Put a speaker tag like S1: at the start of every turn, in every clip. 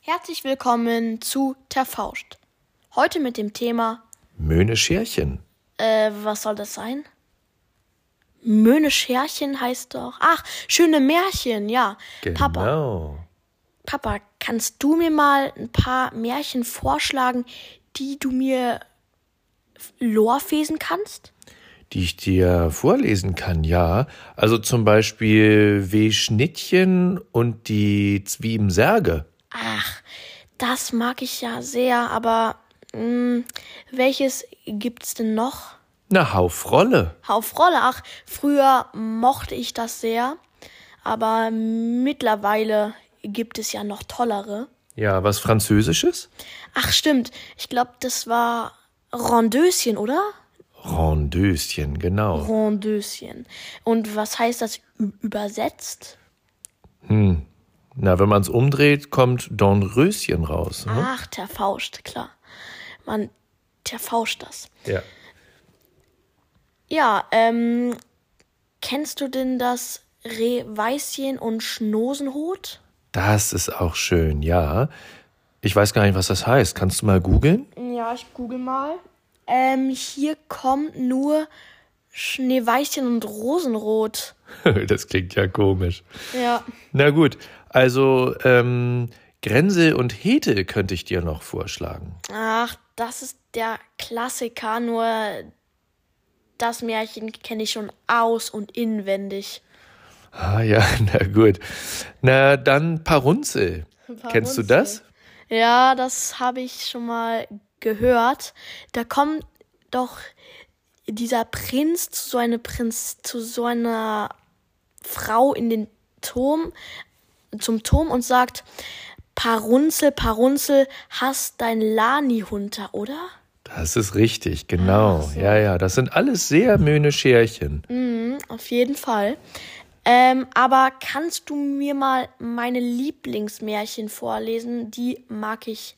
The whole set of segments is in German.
S1: Herzlich willkommen zu Terfauscht. Heute mit dem Thema,
S2: Möhne Scherchen.
S1: äh, was soll das sein? Möhne Scherchen heißt doch. Ach, schöne Märchen, ja. Papa,
S2: Genau.
S1: Papa, kannst du mir mal ein paar Märchen vorschlagen, die du mir lorfesen kannst?
S2: Die ich dir vorlesen kann, ja. Also zum Beispiel W. Schnittchen und die Zwiebensärge.
S1: Ach, das mag ich ja sehr, aber mh, welches gibt's denn noch?
S2: Na, Haufrolle.
S1: auf Rolle. Ach, früher mochte ich das sehr, aber mittlerweile gibt es ja noch tollere.
S2: Ja, was Französisches?
S1: Ach, stimmt. Ich glaube, das war Rondöschen, oder?
S2: Rondöschen, genau.
S1: Rondöschen. Und was heißt das ü- übersetzt?
S2: Na, wenn man es umdreht, kommt Dornröschen raus. Ne?
S1: Ach, terfauscht, klar. Man terfauscht das.
S2: Ja.
S1: Ja, ähm, kennst du denn das Rehweißchen und Schnosenhut?
S2: Das ist auch schön, ja. Ich weiß gar nicht, was das heißt. Kannst du mal googeln?
S1: Ja, ich google mal. Ähm, hier kommt nur Schneeweißchen und Rosenrot.
S2: das klingt ja komisch.
S1: Ja.
S2: Na gut, also ähm, Grenze und Hete könnte ich dir noch vorschlagen.
S1: Ach, das ist der Klassiker, nur das Märchen kenne ich schon aus- und inwendig.
S2: Ah ja, na gut. Na dann Parunzel. Kennst du das?
S1: Ja, das habe ich schon mal gehört. Da kommt doch dieser Prinz zu so einer Prinz zu so einer Frau in den Turm zum Turm und sagt Parunzel, Parunzel, hast dein Lani-Hunter, oder?
S2: Das ist richtig, genau. Ja, ja, das sind alles sehr möhne Scherchen.
S1: Auf jeden Fall. Ähm, aber kannst du mir mal meine Lieblingsmärchen vorlesen? Die mag ich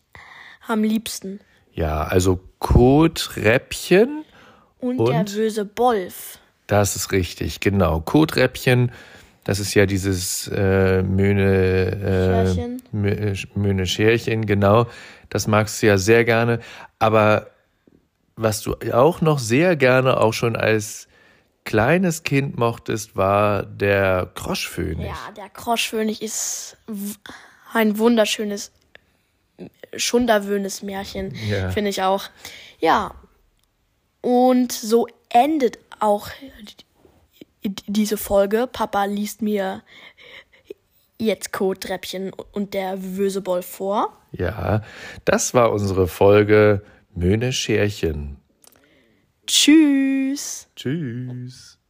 S1: am liebsten.
S2: Ja, also Koträppchen,
S1: Und, der
S2: Und?
S1: böse Bolf.
S2: das ist richtig, genau. Koträppchen, das ist ja dieses äh, Möhne, äh,
S1: Scherchen.
S2: Mö- äh, Möhne Scherchen, genau. Das magst du ja sehr gerne. Aber was du auch noch sehr gerne auch schon als kleines Kind mochtest, war der Kroschföhnig.
S1: Ja, der Kroschkönig ist w- ein wunderschönes, schunderwöhnes Märchen,
S2: Ja.
S1: finde ich auch. Ja, und so endet auch die- die- diese Folge. Papa liest mir jetzt Kotreppchen und der Wöseboll vor.
S2: Ja, das war unsere Folge Möhne Scherchen.
S1: Tschüss!
S2: Tschüss.